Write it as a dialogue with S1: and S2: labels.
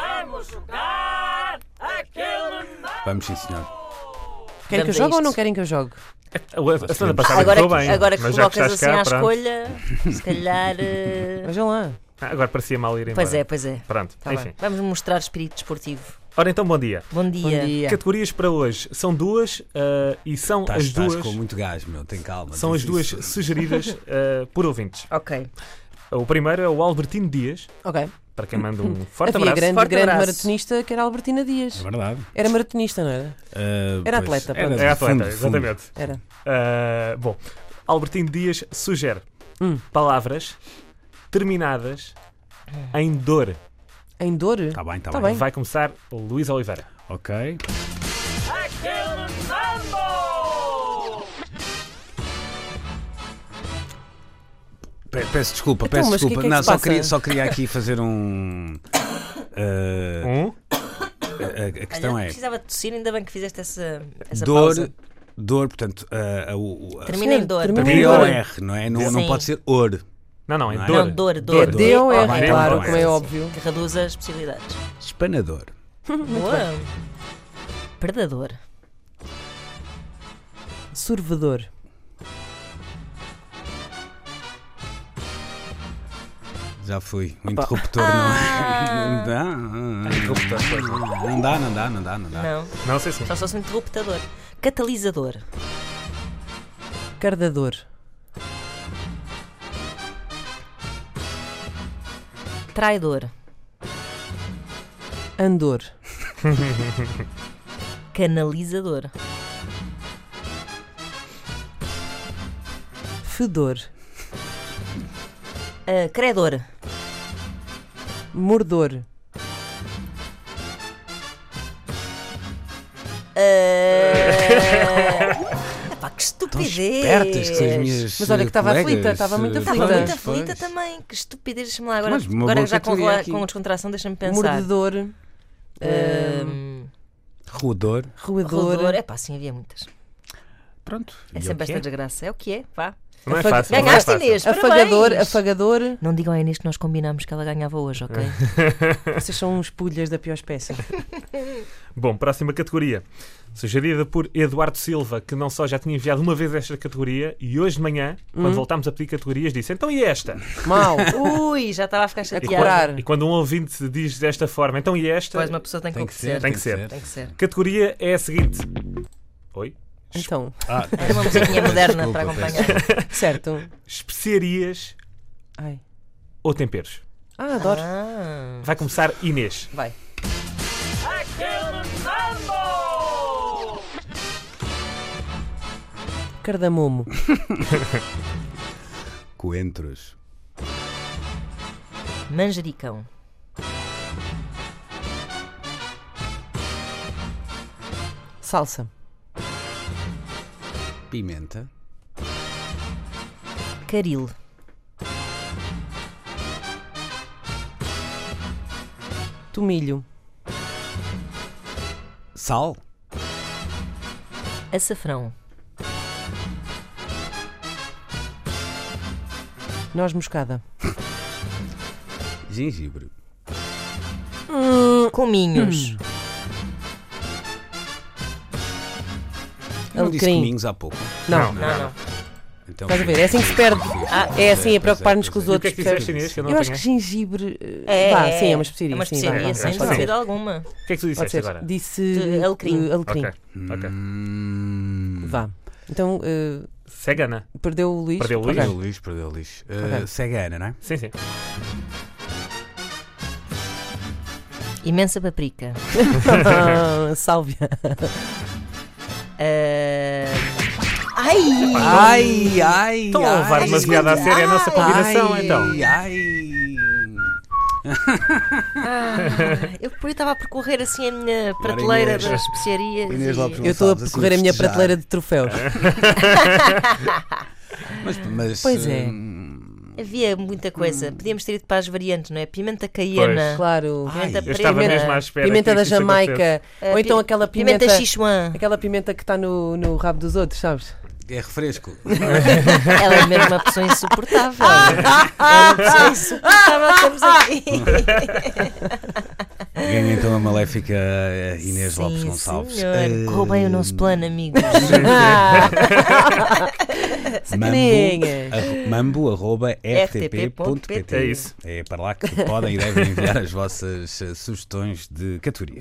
S1: Vamos jogar aquele
S2: Vamos sim, senhor.
S3: Querem que
S4: Vamos
S3: eu
S4: a
S3: jogue ou
S4: isto.
S3: não querem que eu jogue?
S5: A semana passada
S4: Agora
S5: correu
S4: que,
S5: bem.
S4: agora que
S5: mas já
S4: colocas
S5: estás
S4: assim
S5: cá,
S4: à
S5: pronto.
S4: escolha, se calhar. eh,
S3: Vejam lá.
S5: Ah, agora parecia mal ir embora.
S4: Pois é, pois é.
S5: Pronto,
S4: Tá
S5: enfim.
S4: bem. Vamos mostrar espírito desportivo.
S5: Ora então, bom dia.
S4: Bom dia.
S3: Bom dia.
S5: Categorias para hoje são duas ah, e são
S2: Estás,
S5: as
S2: Tá, estás
S5: duas.
S2: com muito gás, meu. Tem calma.
S5: São as
S2: Tens
S5: duas
S2: isso.
S5: sugeridas ah, por ouvintes.
S4: Ok.
S5: O primeiro é o Albertino Dias,
S3: Ok.
S5: para quem manda um forte
S3: Havia
S5: abraço.
S3: grande,
S4: Forte
S3: grande
S4: abraço.
S3: maratonista que era Albertina Dias.
S2: É verdade.
S3: Era maratonista, não era?
S2: Ah,
S3: Era
S2: pois,
S3: atleta,
S2: era
S3: pronto.
S2: de
S5: É atleta,
S2: fundo, de fundo.
S5: exatamente.
S3: Era.
S5: Ah, bom, Albertino Dias sugere
S3: Hum.
S5: palavras terminadas em dor.
S3: Em dor?
S2: Está bem, está
S3: Tá
S2: bem.
S3: bem.
S5: Vai começar o Luís Oliveira.
S2: Ok.
S1: aquele mambo.
S2: Pe- Peço desculpa,
S3: Então,
S2: peço
S3: mas o que é
S2: desculpa.
S3: que é que
S2: não,
S3: se
S2: só,
S3: passa?
S2: queria, só queria aqui fazer um. ah,
S5: Um.
S2: a- a, a questão
S4: Olha,
S2: é.
S4: Precisava tossir, ainda bem que fizeste essa, essa
S2: Dor,
S4: pausa.
S2: dor, portanto, ah, a- o- a-
S4: Termina em
S3: Sim,
S4: dor.
S3: termina em dor.
S2: D-O-R, não é? Não, não
S4: Sim.
S2: pode ser or.
S5: Não, não, em
S2: Não é?
S5: dor.
S4: Não, dor,
S5: Dor.
S4: dor.
S5: Dor.
S3: Deu, é,
S2: Ah, bem,
S3: claro,
S2: então,
S3: como
S2: é.
S3: é óbvio.
S4: Que reduz as possibilidades.
S2: Espanador.
S4: Boa. Predador.
S3: Sorvedor.
S2: Já fui. O interruptor
S3: Ah.
S2: não
S4: Ah!
S2: é. Não dá. Não dá, não dá, não dá, não dá.
S4: Não.
S5: Não sei se.
S4: Só se fosse um interruptador. Catalisador.
S3: Cardador.
S4: Traidor.
S3: Andor.
S4: Canalizador.
S3: Fedor.
S4: Ah, credor.
S3: Mordor.
S4: Ah, pá, que
S2: Tão
S4: estupidez.
S2: espertas que são as minhas
S3: Mas olha que estava
S2: colegas,
S3: aflita, estava muito
S2: eh,
S3: aflita.
S4: Estava muito
S3: Pois,
S4: aflita também. Que estupidez. Deixa-me lá agora.
S2: Mas uma
S4: agora
S2: boa
S4: já com,
S2: categoria
S4: a-
S2: aqui. Um
S4: com a descontração, deixa-me pensar. Ah,
S3: Mordedor. ahm,
S4: Ahm,
S2: Roedor.
S3: Roedor.
S4: roedor. É pá, sim, havia muitas.
S2: Pronto.
S4: É
S5: E
S4: sempre
S5: o que
S4: esta desgraça. É o que é, vá.
S5: Não é
S3: Afaga-
S5: fácil. não é
S4: Ganhaste,
S5: fácil.
S4: Inês. Parabéns.
S3: Afagador. Afagador.
S4: Não digam à Inês que nós combinámos que ela ganhava hoje, ok?
S3: Vocês são uns pulhas da pior espécie.
S5: Bom, próxima categoria. Sugerida por Eduardo Silva, que não só já tinha enviado uma vez esta categoria, e hoje de manhã, quando voltámos a pedir categorias, disse: então e esta?
S3: Mau.
S4: Ui, já estava a
S2: É
S4: ficar
S5: E
S4: chateada.
S3: Decorar.
S5: quando, e quando um ouvinte diz desta forma: então e esta?
S4: Pois uma pessoa tem que
S2: Tem que ser.
S4: obedecer.
S5: Tem que ser.
S4: Tem que ser.
S5: Categoria é a seguinte. Oi?
S3: Então,
S2: Ah,
S4: Era É uma musiquinha moderna
S2: Desculpa,
S4: para
S2: peço
S4: acompanhar.
S3: certo.
S5: Especiarias
S3: Ai.
S5: ou temperos?
S3: Ah, adoro.
S4: Ah.
S5: Vai começar Inês.
S3: Vai.
S1: Aquele mambo.
S3: Cardamomo.
S2: Coentros.
S4: Manjericão.
S3: Salsa.
S2: Pimenta.
S4: Caril.
S3: Tomilho.
S2: Sal.
S4: Açafrão.
S3: Noz moscada.
S2: Gengibre. Hum.
S4: Cominhos.
S2: Eu não disse
S3: Alecrim.
S2: cominhos há pouco.
S3: Não.
S4: Não, não.
S2: Então,
S3: Estás a ver? É assim que se perde.
S2: Ah,
S3: É assim, a preocupar-nos com
S2: pois
S3: os
S2: é.
S5: O que é
S3: outros.
S5: que
S3: percebes?
S5: disseste, Inês? Que eu não
S3: Eu acho que
S5: acho
S3: gengibre. eh, vá, sim, é uma especiaria.
S4: É uma
S3: sim, vá,
S4: especiaria,
S3: vá, vá,
S4: sem
S3: vá,
S4: dúvida alguma.
S5: O que é que
S3: Pode
S5: tu disseste
S3: ser.
S5: agora?
S3: Disse.
S4: De alecrim.
S3: eh, alecrim.
S5: Ok, ok.
S2: Hum,
S3: Vá. Então, eh,
S5: Segue Ana.
S3: perdeu o Luís.
S5: Perdeu o Luís?
S2: Perdeu
S3: Ok.
S2: o lixo, perdeu o lixo.
S3: Ok.
S2: Uh, segue a Ana, não é?
S5: Sim, sim.
S4: Imensa paprika.
S3: Ah, Sálvia.
S4: Ah, Ai!
S2: Ai,
S3: Então,
S2: ai,
S5: Estão a levar demasiado à sério a nossa combinação, então.
S2: Ai,
S4: Eu por aí estava a percorrer assim a minha prateleira
S2: Inês.
S4: das especiarias.
S2: Inês
S4: e-
S2: Lopes
S3: Eu estou a
S2: Gonçalves, assim,
S3: percorrer a minha
S2: festejar.
S3: prateleira de troféus.
S5: Ah.
S2: Mas, mas,
S3: Pois é.
S2: hum,
S4: Havia muita coisa. Podíamos ter ido para as variantes, não é? Pimenta caiena.
S3: Claro.
S2: Ai,
S4: Pimenta
S2: eu
S5: Eu
S4: preta.
S5: estava mesmo à Ah, espera.
S3: Pimenta
S5: que
S3: da
S5: isso acontecesse.
S3: Jamaica.
S4: Ah,
S3: Ou
S4: pi-
S3: então aquela pimenta.
S4: Pimenta Sichuan.
S3: Aquela pimenta que está no, no rabo dos outros, sabes?
S2: é refresco.
S4: Ela é mesmo uma pessoa insuportável.
S3: Ah,
S4: Ela é uma pessoa insuportável. Estamos aqui.
S2: Ganha então a maléfica eh, Inês
S4: Sim,
S2: Lopes Gonçalves.
S4: senhor. Correu bem o nosso plano, amigos.
S2: Ah,
S3: Sacaninhas.
S2: mambo.rtp.pt
S5: É isso.
S2: É para lá que podem e devem enviar as vossas eh, sugestões de categoria.